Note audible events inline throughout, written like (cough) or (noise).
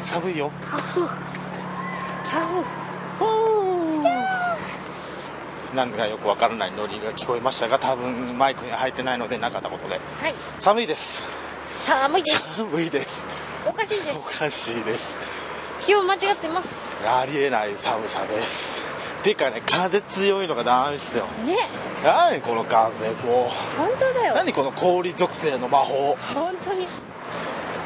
寒いよなんかよくわからないノリが聞こえましたが多分マイクに入ってないのでなかったことではい寒いです寒いです寒いですおかしいでおかしいですす気温間違ってますありえない寒さですていうかね風強いのがダメですよね何この風も本当だうよ何この氷属性の魔法本当に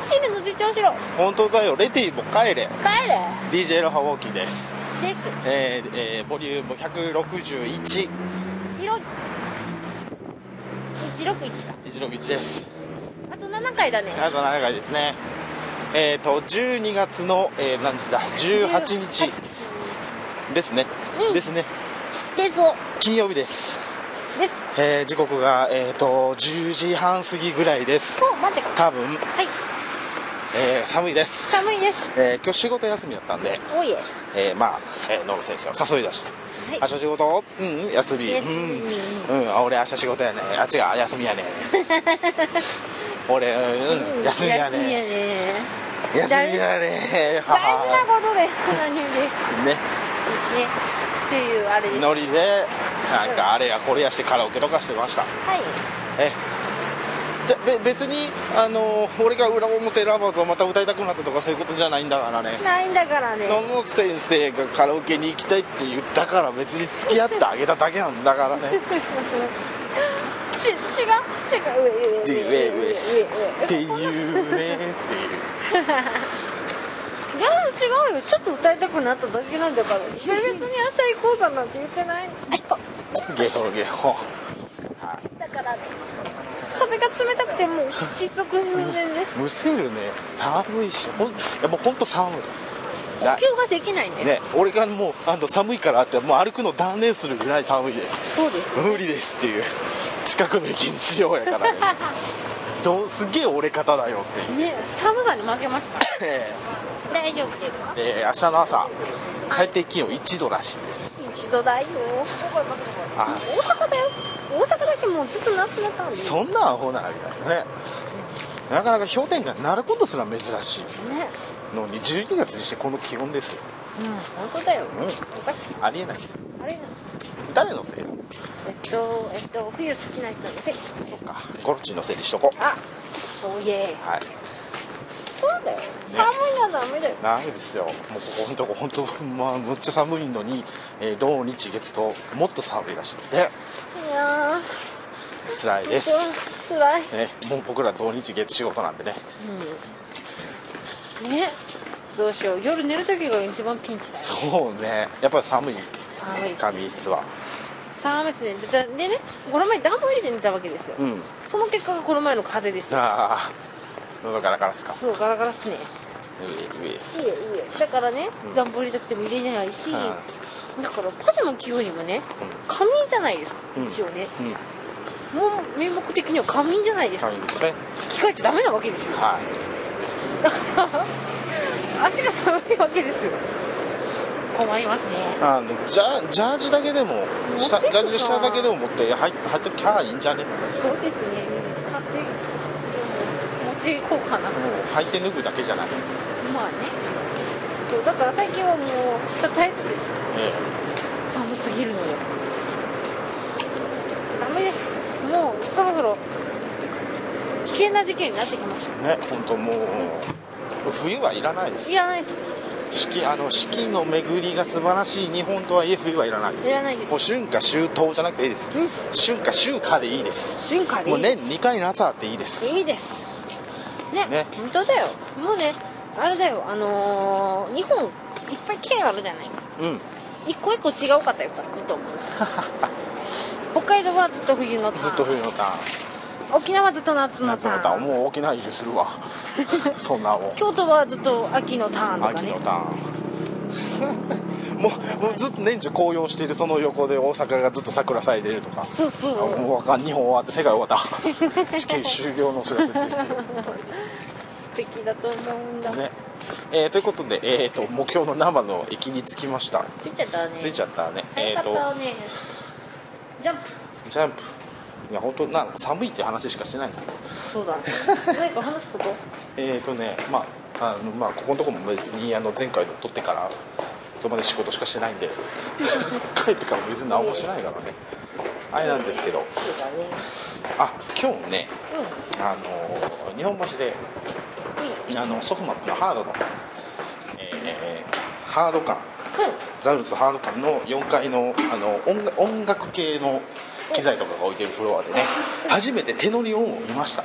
シールの自重しろ本当だよレティも帰れ帰れ DJ ロハウォーキーですですえーえーボリューム1611広い161だ161ですあと7回だねあと7回ですねえっ、と12月の、えー何日だ18日ですね、うんですねですお金曜日です、ですえー時刻が、えー、と10時半過ぎぐらいですお待ってか多分、はいえー寒いです、寒いですえー今日仕事休みだったんで、おいえはえーまあ、えー、ノブ先生を誘い出してい明日仕事うんうん休み休みうん、うん、あ俺明日仕事やねあ違う休み (laughs) やね俺、うんうん、休みや休みやねね休みやね大事なはことでこんなに嬉しいはねねっていうあれですノリでなんかあれやこれやしてカラオケとかしてましたはいえじゃべ別にあの俺が裏表ラバーズをまた歌いたくなったとかそういうことじゃないんだからねないんだからね野々先生がカラオケに行きたいって言ったから別に付き合ってあげただけなんだからねち違う違う上上上上上上っていうねっていういや違うよちょっと歌いたくなっただけなんだから別に明日行こうだなんて言ってないゲホゲホだからね風が冷たくてもう窒息寸前でむせるね寒いしほんいやもう本当寒いだ呼吸ができないねね俺がもうあの寒いからってもう歩くの断念するぐらい寒いですそうですよね無理ですっていう近くの駅にしようやからねどうすげえ折れ方だよっていうね寒さに負けました (laughs) え大丈夫ですかーえー明日の朝最低気温1度らしいです一度だよあ大阪だよ大阪だけもうずっと夏だったんでそんなアホなみたいなねなかなか氷点下になることすら珍しいねのに12月にしてこの気温ですようん本当だようんおかしいありえないですあれな誰のせいえっとえっと冬好きな人のせいそっかゴロチンのせいにしとこうあそういえはいそうだよ寒いのはダメだよないですよもうここのとこ本当まあむっちゃ寒いのに、えー、土日月ともっと寒いらしいのでいや辛いーです、つらいね、もう僕ら土日月仕事なんでねうんねどうしよう夜寝る時が一番ピンチだよそうねやっぱり寒い寒い仮眠室は寒いですねででねこの前暖房入れて寝たわけですよ、うんその結果がこの前の風邪ですよああ喉からからすかそうガラガラっすねうえうえいいよいいよだからね、ん暖房入れたくても入れないし、はだからパジャマ着ようにもね仮眠じゃないですか、うん一応ねうんもう名目的には仮眠じゃないですか仮眠ですね着替えちゃダメなわけですよはい足が寒いわけですよ困りますねあのジャジャージだけでも下ジ持ってくかャージの下だけでも持って入って入ってきゃいいんじゃねもそうですね買って持っていこうかなう履いて脱ぐだけじゃない、まあねそうだから最近はもう下タイツですよえ寒すぎるのよダメですもうそろそろ危険な事件になってきましえね本当もう冬はいらないでたすいらないです四季あの四季の巡りが素晴らしい日本とはいえ冬はいらないですいらないですもう春夏秋冬じゃなくていいですうん春夏秋夏でいいです瞬間でもいうい年2回夏あっていいですいいですねね本当だよもうねあれだよあのー、日本いっぱい県あるじゃないうん一個一個違うかったよいいと思う北海道はずっと冬のターンずっと冬のターン沖縄はずっと夏の夏ターのンターンもう沖縄移住す (laughs) るわそんなもん京都はずっと秋のターンとか秋ねのターン (laughs) もうもうずっと年中紅葉しているその横で大阪がずっと桜咲いてるとかそうそあうもうあかん日本終わって世界終わった (laughs) 地球終了のお知らせですよ素敵だと思うんだ、ねえーということで、えー、と目標の生の駅に着きましたついちゃったね着いちゃったね、早えかー、ったとわね、ジャンプジャンプいや本当 (laughs) なんか寒いって話しかしてないんですけどそうだね何か話すことえっ、ー、とねまああのまあここのとこも別にあの前回の取ってから今日まで仕事しかしてないんで帰ってから別に何もしないからねあれなんですけどそうだねあ今日ねうんあの日本橋であのソフマップのハードの、えーハード館はいザウルスハード館の4階のあの音楽音楽系の機材とかが置いてるフロアでね初めて手乗り音を見ました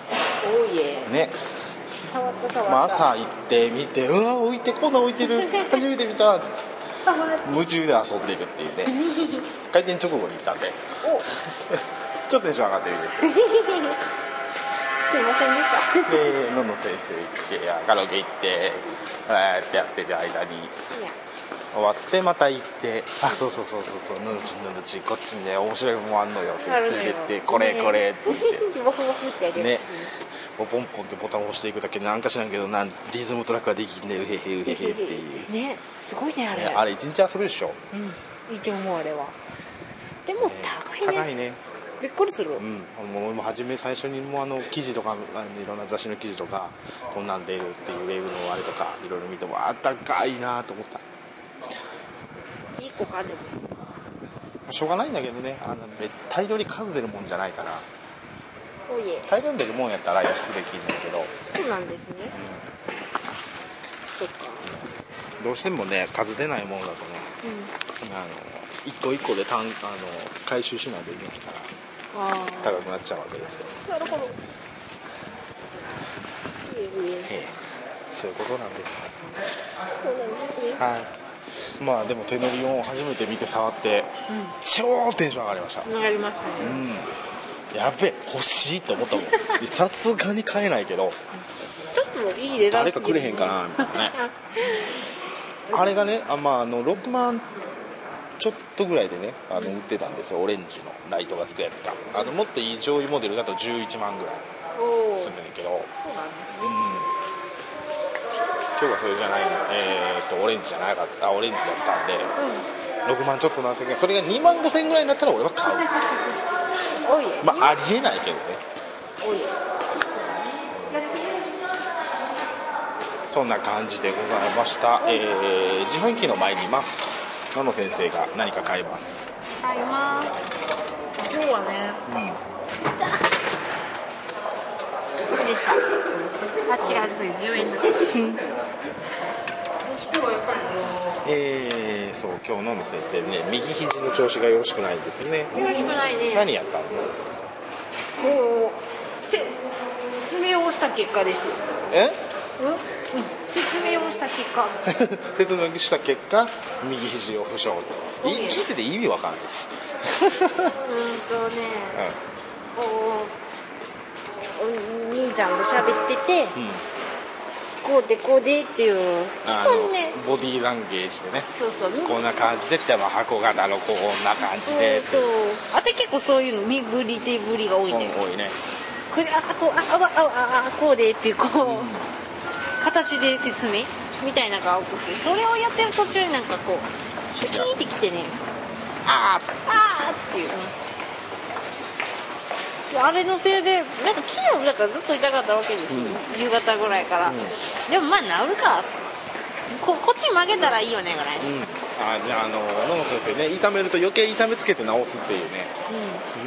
おいえね触った触った、まあ、朝行って見てうわ置いてこんなん置いてる初めて見た触った夢中で遊んでいくっていうね (laughs) 開店直後に行ったんで (laughs) おちょっとテンション上がってるんですいませ (laughs) んでしたけどでのの先生行ってあカラオケ行ってえーってやってる間にいや終わってまた行ってあそうそうそうそうそうぬるちぬるちこっちにね面白いもんあんのよってある連のよれてってこれこれって (laughs) 言って。ボフボフってやるね、もうポンポンってボタンを押していくだけでなんか知らんけどなんリズムトラックができんねうへへうへへっていうねすごい (laughs) ねあれねあれ一日遊べるでしょうんいいと思うあれはでも高いね高いねびっくりする、うんもう今初め最初にもうあの記事とかあのいろんな雑誌の記事とかこんなん出るっていうウェブのあれとかいろいろ見てもあ高いなと思ったいい子かでもしょうがないんだけどねあのめ大量に数出るもんじゃないからおいえ大量に出るもんやったら安くできるんだけどそうなんですね、そっかどうしてもね数出ないもんだとねうんあの一個一個で単あの回収しないといけないからああ高くなっちゃうわけですよ、なるほどいえいえええそういうことなんですそうなんですねはいまあでも手乗りを初めて見て触ってう超テンション上がりましたんわかりますねうんやべえ欲しいって思ったもんでさすがに買えないけどちょっといい値段誰かくれへんかなみたいなねあれがねあまああの6万ちょっとぐらいでねあの売ってたんですよオレンジのライトがつくやつがあのもっといい上位モデルだと11万ぐらいおおすそうるんだけどなんうん今日はそれじゃないのえーっとオレンジじゃなかったあオレンジだったんでだ6万ちょっとなってるけどそれが2万5千円ぐらいになったら俺は買ううんおいえまあありえないけどねおいえそんな感じでございました、えー自販機の前にいます野野先生が何か買います、買います今日はねそうでした8月10円えー、そう今日野野先生ね右肘の調子がよろしくないですねよろしくないね何やったのこうせ説明をした結果ですよえ (laughs) うん、うん、説明をした結果説明した結果右肘を負傷いうん聞いてて意味わかんないです、うーんとねうこうお兄ちゃんと喋っててんうん、こうでこうでっていうあ基本ねのボディーランゲージでねそうそうこんな感じでってまあ箱がだろこんな感じでそうそうあて結構そういうの身振り手振りが多いうんね多いねこれあこうああわあああこうでっていうこう、形で説明みたいなのが多くてそれをやってる途中になんかこうキーってきてねああーっていう、であれのせいでなんか昨日だからずっと痛かったわけですよ、う夕方ぐらいから、うんでもまあ治るかここっち曲げたらいいよねぐらい、ーうんあじゃああの野野先生ね炒めると余計炒めつけて直すっていうね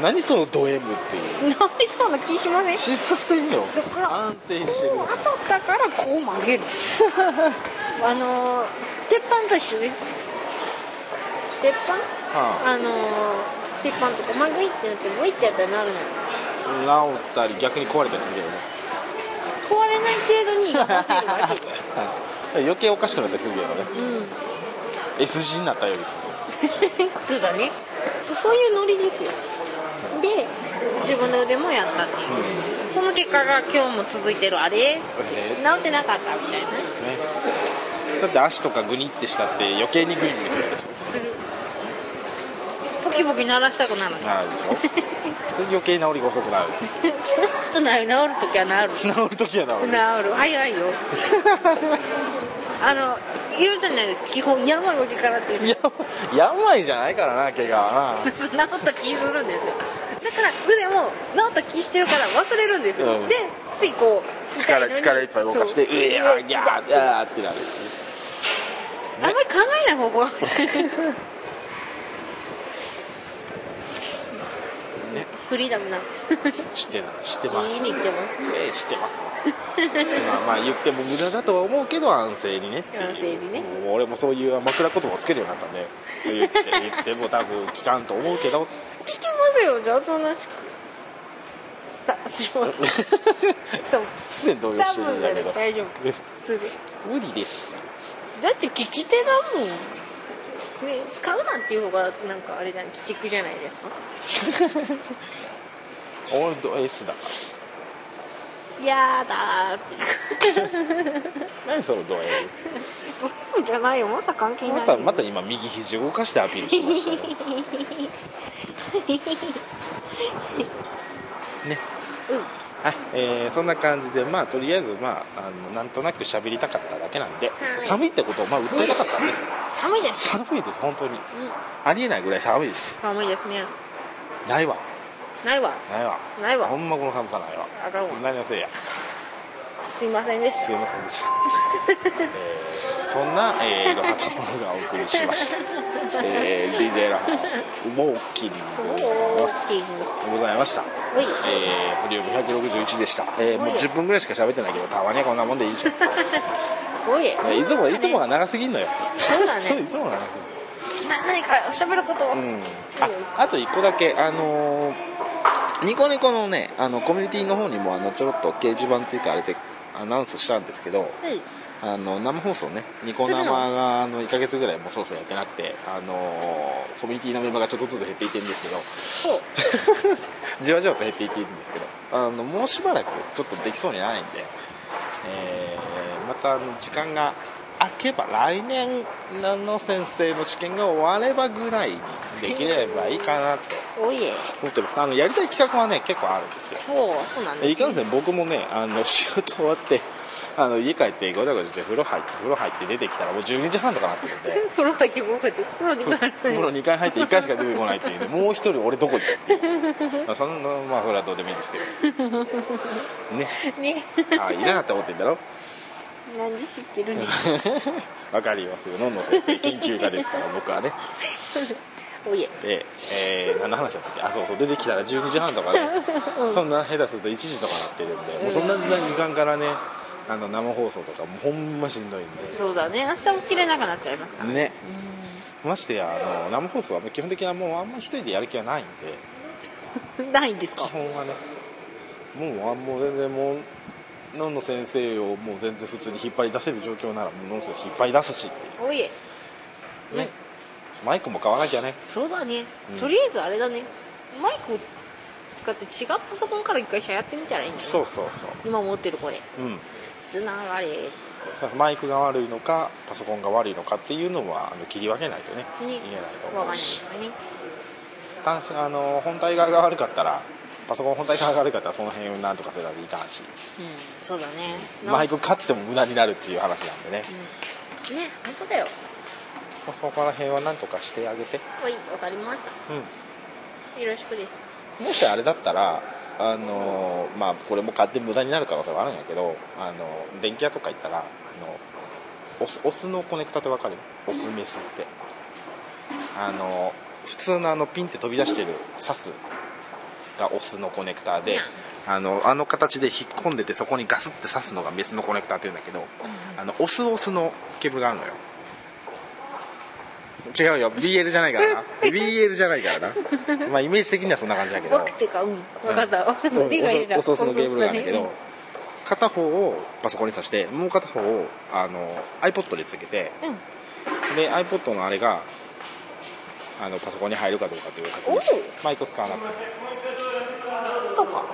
何そのド M っていううん、治りそうな気しません知りませんよだから安静にこしてるう当たったからこう曲げる (laughs) あのー鉄板と一緒です鉄板はあのー鉄板とか曲ぐいってなってもういってやったらなるのよあ、治ったり逆に壊れたりするけどね壊れない程度に伸ばせるわけではい (laughs) 余計おかしくなったりするけどね (laughs) うん S 字になったよりそうだねそそういうノリですよで自分の腕もやったっていう、その結果が今日も続いてるあれえ治ってなかったみたいねなだって足とかグニってしたって余計にグニグニするでしょポキポキ鳴らしたくなるなるでしょそれ余計治りが遅くなる (laughs) ちょっとなる治るときは治る治るときは治治るる早いよあの言うじゃないですか基本病わけからっていういや病じゃないからな怪我はな治った気するんですよだから腕も治った気してるから忘れるんですよ、うんでついこう力痛いのに力いっぱい動かしてそううえやーギャーギャーってなるあんまり考えな (laughs) い方法ねフリーダムなんです知ってな知ってます知りに来てますええ知ってます (laughs) まあまあ言っても無駄だとは思うけど安静にねっていう安静にねもう俺もそういう枕言葉をつけるようになったんで言って言っても多分聞かんと思うけ (laughs) ど聞きますよじゃあおとなしくさしまう (laughs) そうすでに動揺多してる分んだけど大丈夫すぐ無理ですだって聞き手だもんね使うなんていう方がなんかあれじゃん鬼畜じゃないですかオールド S だかやだーってら何そのド M そう (laughs) じゃないよまた関係ないまたまた今右肘動かしてアピールしましたよねうんはい、えーそんな感じでまあとりあえずまああのなんとなく喋りたかっただけなんで、い寒いってことをまあ訴えたかったん (laughs) です寒いです、寒いです本当にうん、ありえないぐらい寒いです寒いですねないわないわないわないわほんまこの寒さないわあかんわ何のせいやすいませんでしすたいませんでした、えーそんな、えー、ロハトモロがお送りしました、えー、DJ ロハウォーキングおでございまーすキングございましたおいえー、ボリューム161でした、えー、もうおい10分ぐらいしか喋ってないけどたまにはこんなもんでいいでしょおいいつもいつもが長すぎんのよ (laughs) そうだねいつもが長すな何か喋ること、ぎんのうんああと1個だけあのーニコニコのねあのコミュニティの方にもあのちょろっと掲示板っていうかあれでアナウンスしたんですけどはいあの生放送ねニコ生するがあの1ヶ月ぐらいもうそろそろやってなくてあのーコミュニティのメンバーがちょっとずつ減っていってるんですけどそう (laughs) じわじわと減っていっているんですけどあのもうしばらくちょっとできそうにないんで、えーまたあの時間が空けば来年の先生の試験が終わればぐらいにできればいいかなとおいえ思ってますあのやりたい企画はね結構あるんですよおうそうなんだいかんせん僕もねあの仕事終わってあの家帰ってごちゃごちゃして風呂入って風呂入って出てきたらもう12時半とかなってるんで風呂入って風呂入って風 (laughs) 呂に入風呂る2回入って1回しか出てこないって (laughs) いうねもう一人俺どこ行ったっていうまあそんなまあそれはどうでもいいですけどねねあいなかった思ってんだろ (laughs) なんで知ってるんですかわかりますよのんの先生研究家ですから僕はねおいえで、えー、何の話だったっけあそうそう出てきたら12時半とかね、そんな下手すると1時とかなってるんで、もうそんな時間からねあの生放送とかもうほんましんどいんそうだね明日起きれなくなっちゃいますでねましてやあの生放送はもう基本的にはもうあんま一人でやる気はないんでないんですか基本はねもうあもう全然もうのんの先生をもう全然普通に引っ張り出せる状況ならもうのんの先生引っ張り出すしっておいえいうね、マイクも買わなきゃねそうだね、うんとりあえずあれだねマイクを使って違うパソコンから一回やってみたらいいんだよそうそう今持ってるこれそううんつながれマイクが悪いのかパソコンが悪いのかっていうのはあの切り分けないとねにいけないとわかん思なういしからね単身あの本体側が悪かったらパソコン本体側が悪かったらその辺をなんとかせないといかんしうんそうだねマイク買っても無駄になるっていう話なんでね、うんね本当だよまあそこら辺はなんとかしてあげて、はいわかりましうたよろしくですん、もしあれだったらあのまあこれも買って無駄になる可能性はあるんやけどあの電気屋とか行ったらあのオスオスのコネクタってわかるオスメスってあの普通のあのピンって飛び出してるサスがオスのコネクタであのあの形で引っ込んでてそこにガスって刺すのがメスのコネクタっていうんだけどあのオスオスのケーブルがあるのよ違うよ BL じゃないからな BL じゃないからなまあイメージ的にはそんな感じだけどわくてかうんわかったわかっうたん理解したおソおソースのケーブルがあるんだけおソどー片方をパソコンに挿してもう片方をあの iPod でつけてスねで iPod のあれがあのパソコンに入るかどうかという確お認うマイクを使わなくてもうんそうか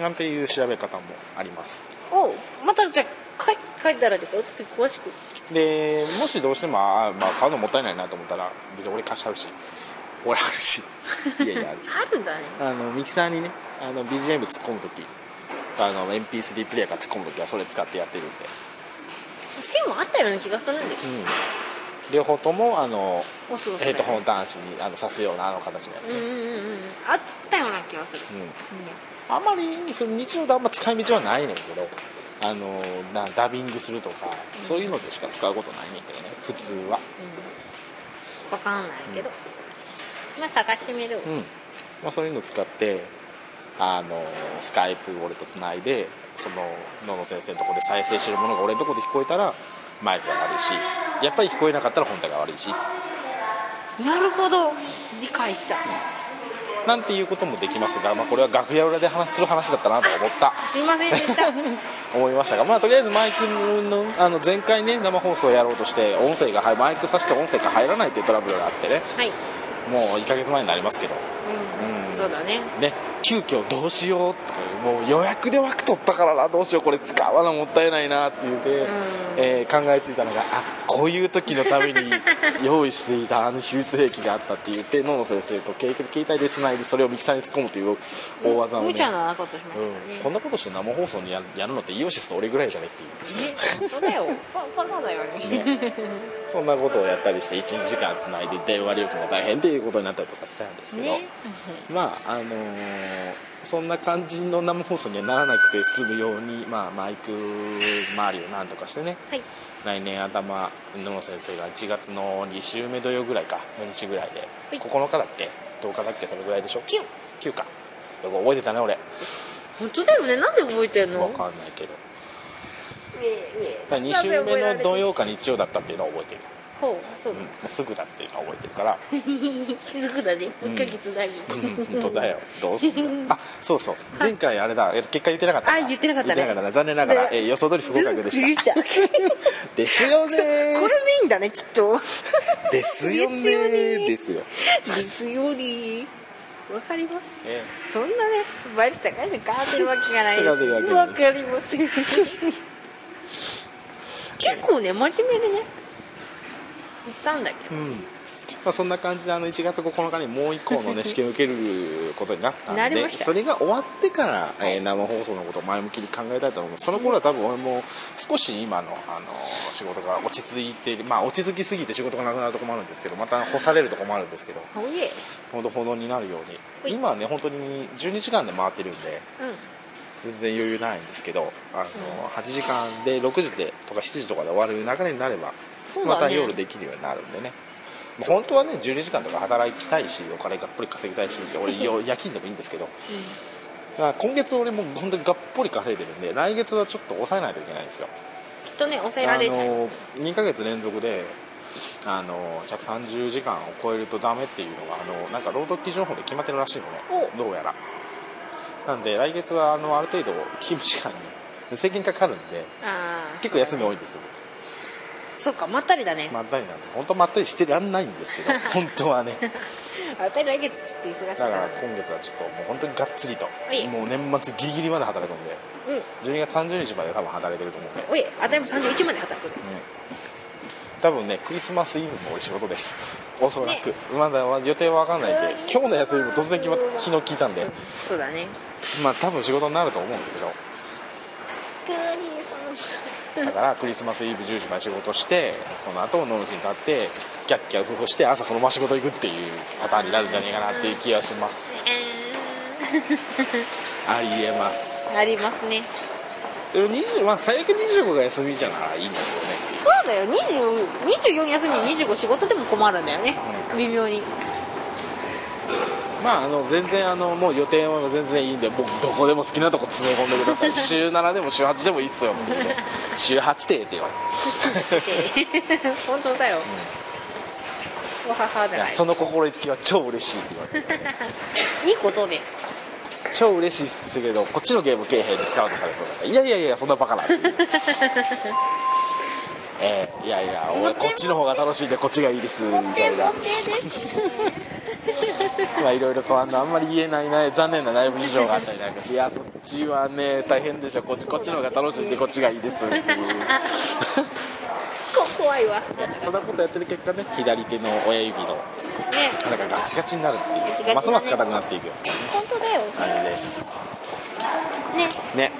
なんていう調べ方もありますおうまたじゃあか書いたらでかちょっと詳しくでもしどうしてもあー、まあ、買うのもったいないなと思ったら別に俺貸しちゃうし俺ある (laughs) しいやいやあるしあるんだねあのミキサーにねあの BGM 突っ込む時あの MP3 プレイヤーから突っ込む時はそれ使ってやってるんで線もあったような気がするんです両方ともあのおそうそうヘッドホン端子にあの挿すようなあの形のやつうんうね、んうんうんあったような気がする、うんうんあんまりその日常であんま使い道はないねんけどあのなダビングするとかそういうのでしか使うことないねんけどね普通はわかんないけど、まあ探してみるわ、うん、まあ、そういうの使ってあのスカイプ俺とつないでその野野先生のとこで再生してるものが俺のとこで聞こえたらマイクが悪いしやっぱり聞こえなかったら本体が悪いしなるほど理解した、なんていうこともできますが、まあ、これは楽屋裏で話する話だったなと思ったすいませんでした (laughs) 思いましたが、まあ、とりあえずマイクのあの前回ね生放送やろうとして音声が入マイクさして音声が入らないっていうトラブルがあってねはい、もう1ヶ月前になりますけどうんうんそうだねね急遽どうしようとかもう予約で枠取ったからなどうしようこれ使わなもったいないなって言って、んえー考えついたのがあこういう時のために (laughs) 用意していたあの秘密兵器があったって言って野野先生と携携帯でつないでそれをミキサーに突っ込むという大技をね無茶なことしましうん、たこね、んなことして生放送にややるのってイオシスと俺ぐらいじゃねっていうね本当だよババカだよねそんなことをやったりして12時間つないで電話料金が大変っていうことになったりとかしたんですけど、ねまああのーそんな感じの生放送にはならなくて済むように、まあ、マイク周りをなんとかしてねはい来年頭野野先生が1月の2週目土曜ぐらいか4日ぐらいいで9日だっけ10日だっけそれぐらいでしょキュン9かよく覚えてたね俺本当だよねなんで覚えてんのわかんないけど2週目の土曜か日曜だったっていうのは覚えてる、ほうそううん、だ、もうすぐだっていうのは覚えてるから (laughs) すぐだね1ヶ月だよ、うん本当だよどうすんだあそうそう前回あれだえっと結果言ってなかったあ言ってなかったね言残念ながら、でえー予想通り不合 (laughs) 格でしたたこですよねれメインだねきっとですよねでですよ、ですよりわかりますえそんなね倍率高いの変わってるわけがないで変すわってるわけがわないかりません結構ね真面目でね言ったんだけーうんまあ、そんな感じであの1月9日にもう一個の、ね、試験を受けることになったなんりでましたそれが終わってから、えー生放送のことを前向きに考えたいと思いますその頃は多分俺も少し今の、あのー仕事が落ち着いている、まあ、落ち着きすぎて仕事がなくなるとこもあるんですけどまた干されるとこもあるんですけどどおいえほどほどになるようほいに今はね本当に12時間で回ってるんでう全然余裕ないんですけどあの、8時間で6時でとか7時とかで終わる流れになれば、そうだまねた夜できるようになるんでねもう本当はね12時間とか働きたいしお金がっぽり稼ぎたいし俺よ夜勤でもいいんですけどだから今月俺もう本当にがっぽり稼いでるんで来月はちょっと抑えないといけないんですよんきっとね抑えられちゃう、あの2ヶ月連続であの130時間を超えるとダメっていうのがあのなんか労働基準法で決まってるらしいのねどうやらなんで来月はあのある程度勤務時間に (laughs) 制限かかるんであー結構休み多いんですよそっかまったりだね、まったりなんで本当まったりしてらんないんですけ (laughs) ど本当はねまったり来月ちょっと忙だしいかからら今月はちょっともう本当にがっつりといもう年末ギリギリまで働くんでうん12月30日まで多分働いてると思うんで、うんおいえあたりも31まで働く多分ねクリスマスイブも俺仕事 (laughs) ですおそらく、まだは予定は分かんないんで今日の休みも突然決まった昨日聞いたんで、うんそうだねまあ多分仕事になると思うんですけどクリスだからクリスマスイブ10時まで仕事してその後野口に立ってキャッキャウフフして朝そのまま仕事行くっていうパターンになるんじゃないかなっていう気がします (laughs) ありえますありますねでも20、まあ、最悪25が休みじゃならいいんだそうだよ20 24休み25仕事でも困るんだよねうん微 (laughs) 妙にけどねまああの全然あのもう予定は全然いいんでもうどこでも好きなとこ詰め込んでください週7でも週8でもいいっすよっていう (laughs) ね週8でええってよ本当だよ、わははじゃないいやその心意気は超嬉しいって言われていいことで超嬉しいですけどこっちのゲーム経営でスカウトされそうだからいやいやいやそんなバカなっていうえーいやいや俺こっちの方が楽しいんでこっちがいいですみたいなまあいろいろとあのあんまり言えないな残念な内部事情があったりなんかしていやそっちはね大変でしょこっちこっちの方が楽しいんでこっちがいいですっていうこ怖いわねそんなことやってる結果ね左手の親指のなんかガチガチになるっていうガチガチだねますます硬くなっていくよう本当だよな感じですねね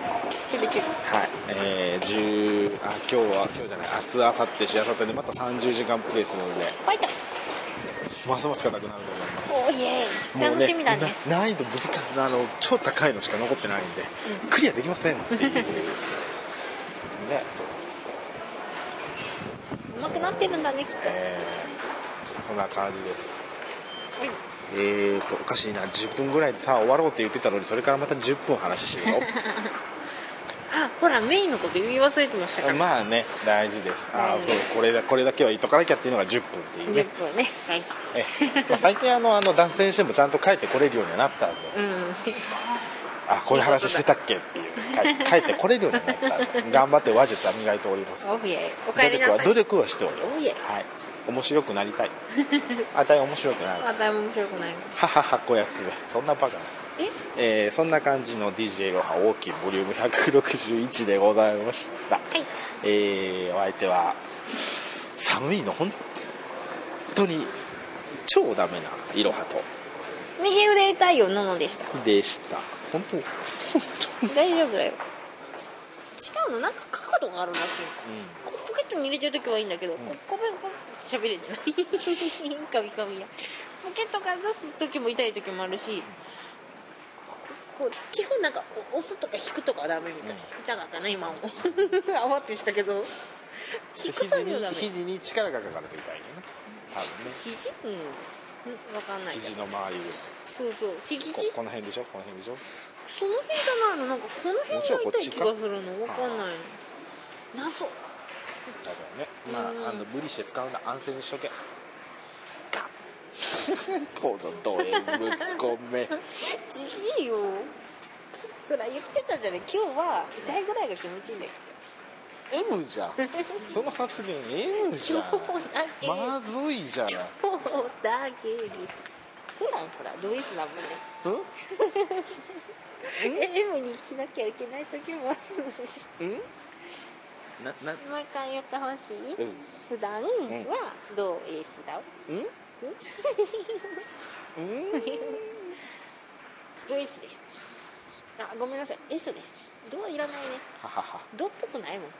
ちびちびはい、えー、10あ今日は今日じゃない明日明後日しあさってでまた30時間プレイするのでファイトますます硬くなると思いますおーイエーイ楽しみだねな難易度難しいあの超高いのしか残ってないんで、クリアできませんっていうねうまくなってるんだねきっと、えーそんな感じですうんえーとおかしいな10分ぐらいでさ終わろうって言ってたのにそれからまた10分話してるよあほらメインのこと言い忘れてましたか (laughs) ら、まあね大事ですあ大事ーそうこれだこれだけは言っとかなきゃっていうのが10分っていうね10分ね大事ええまあ最近あのあの男性にしてもちゃんと帰ってこれるようにはなったんで (laughs) うんあこういう話してたっけっていう帰帰ってこれるようになったんで頑張って話術は磨いておりますおーイエーイおか努えりな力さはい努力はしておりまおすいえはい面白くなりたいあたい面白く (laughs) なるまた面白くないはははこやつめそんなバカなええーそんな感じの DJ ロハ大きいボリューム161でございました、はいえーお相手は寒いの本当に超ダメなイロハと右腕痛いよののでしたでした本当本当に、大丈夫だよ違うのなんか角度があるらしいこうポケットに入れてる時はいいんだけど、こうこうこう喋 (laughs) れてないカミカミやポケットから出す時も痛い時もあるしこうこう基本なんかお押すとか引くとかはダメみたいな、う痛かったね今も (laughs) 慌てしたけど引く作業ダ肘にメ肘肘に力がかかると痛いよね多分ねうんうん分かんないけ肘どの周りぐらいそうそう肘ここの辺でしょこの辺でしょその辺じゃないのなんかこの辺が痛い気がするの分かんないの謎だからねまうんああの無理して使うの安静にしとけ (laughs) このド M ごめんちぎいよほら言ってたじゃない今日は痛いぐらいが気持ちいい (laughs) んだ M じゃんけどその発言 M じゃ今ん日だけ、まずいじゃない今日だけです普段ほらド S だもんねえ M に着なきゃいけない時もあるのにうんななもう一回言ってほしいうん普段はド S だようんうんド S ですあごめんなさい S ですドいらないねはははドっぽくないもん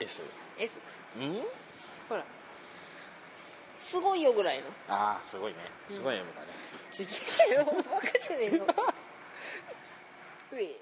S S うんほらすごいよぐらいのああすごいねすごい M だね (laughs) ちぎれよおバカじゃねえのうえ